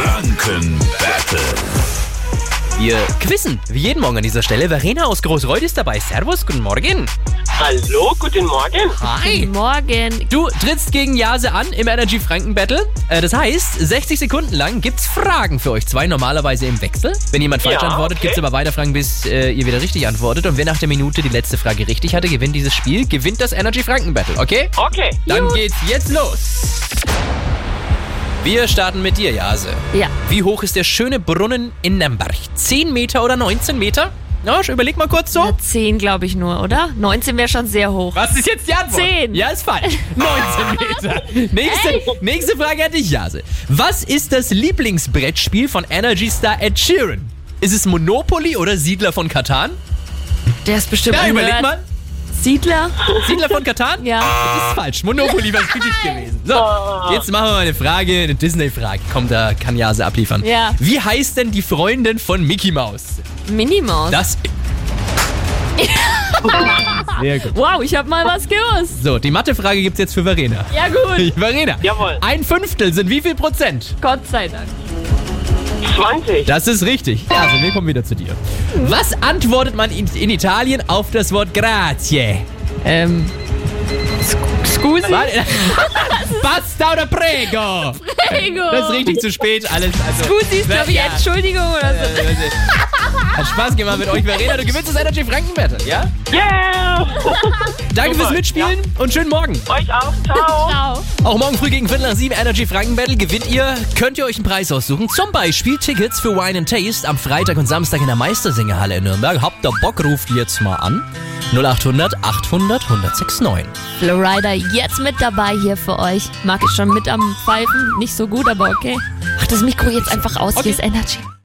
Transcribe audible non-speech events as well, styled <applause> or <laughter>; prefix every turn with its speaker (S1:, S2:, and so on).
S1: Franken Battle.
S2: Wir quizzen, wie jeden Morgen an dieser Stelle. Verena aus Großreuth ist dabei. Servus, guten Morgen.
S3: Hallo, guten Morgen.
S2: Hi.
S4: Guten Morgen.
S2: Du trittst gegen Jase an im Energy Franken Battle. Äh, das heißt, 60 Sekunden lang gibt's Fragen für euch zwei, normalerweise im Wechsel. Wenn jemand falsch
S3: Ja,
S2: antwortet,
S3: okay.
S2: gibt's aber weiter Fragen, bis äh, ihr wieder richtig antwortet. Und wer nach der Minute die letzte Frage richtig hatte, gewinnt dieses Spiel, gewinnt das Energy Franken Battle, okay?
S3: Okay.
S2: Dann geht's jetzt los. Wir starten mit dir, Jase.
S4: Ja,
S2: Wie hoch ist der schöne Brunnen in Nürnberg? 10 Meter oder 19 Meter? Na, überleg mal kurz so.
S4: 10 glaube ich nur, oder? 19 wäre schon sehr hoch.
S2: Was ist jetzt die Antwort?
S4: Zehn.
S2: Ja, ist falsch.
S4: <laughs>
S2: 19 Meter. Nächste, nächste Frage hätte ich, Jase. Was ist das Lieblingsbrettspiel von Energy Star Ed Sheeran? Ist es Monopoly oder Siedler von Katan?
S4: Der ist bestimmt
S2: Ja,
S4: ein
S2: überleg
S4: Nerd.
S2: mal.
S4: Siedler?
S2: Siedler von Katan?
S4: <laughs> Ja.
S2: Das ist falsch. Monopoly wäre richtig gewesen. So, jetzt machen wir mal eine Frage, eine Disney-Frage. Komm, da kann Jase abliefern.
S4: Ja.
S2: Wie heißt denn die Freundin von Mickey Mouse?
S4: Minimaus.
S2: Das. Sehr gut.
S4: Wow, ich habe mal was gewusst.
S2: So, die Mathe-Frage gibt's jetzt für Verena. <laughs>
S4: Ja gut,
S2: Verena.
S3: Jawohl.
S2: Ein Fünftel sind wie viel Prozent?
S4: Gott sei Dank.
S3: 20.
S2: Das ist richtig. Also, wir kommen wieder zu dir. Was antwortet man in, in Italien auf das Wort Grazie? Ähm. Scusi? <laughs> Basta oder prego?
S4: Bingo.
S2: Das ist richtig zu spät. Alles. Also, äh,
S4: Scusi ist glaube ich Entschuldigung oder so.
S2: Hat Spaß gemacht mit euch, Verena. Du gewinnst das Energy Franken Battle, ja?
S3: Yeah!
S2: Danke fürs Mitspielen und schönen Morgen.
S3: Euch auch. Ciao.
S4: Ciao.
S2: Auch morgen früh gegen Viertel nach sieben Energy Franken Battle gewinnt ihr. Könnt ihr euch einen Preis aussuchen? Zum Beispiel Tickets für Wine and Taste am Freitag und Samstag in der Meistersingerhalle in Nürnberg. Habt ihr Bock, ruft jetzt mal an. 0800 800 1069.
S4: Flowrider jetzt mit dabei hier für euch. Mag ich schon mit am Pfeifen. Nicht so gut, aber okay. Mach das Mikro jetzt einfach aus. Hier ist Energy.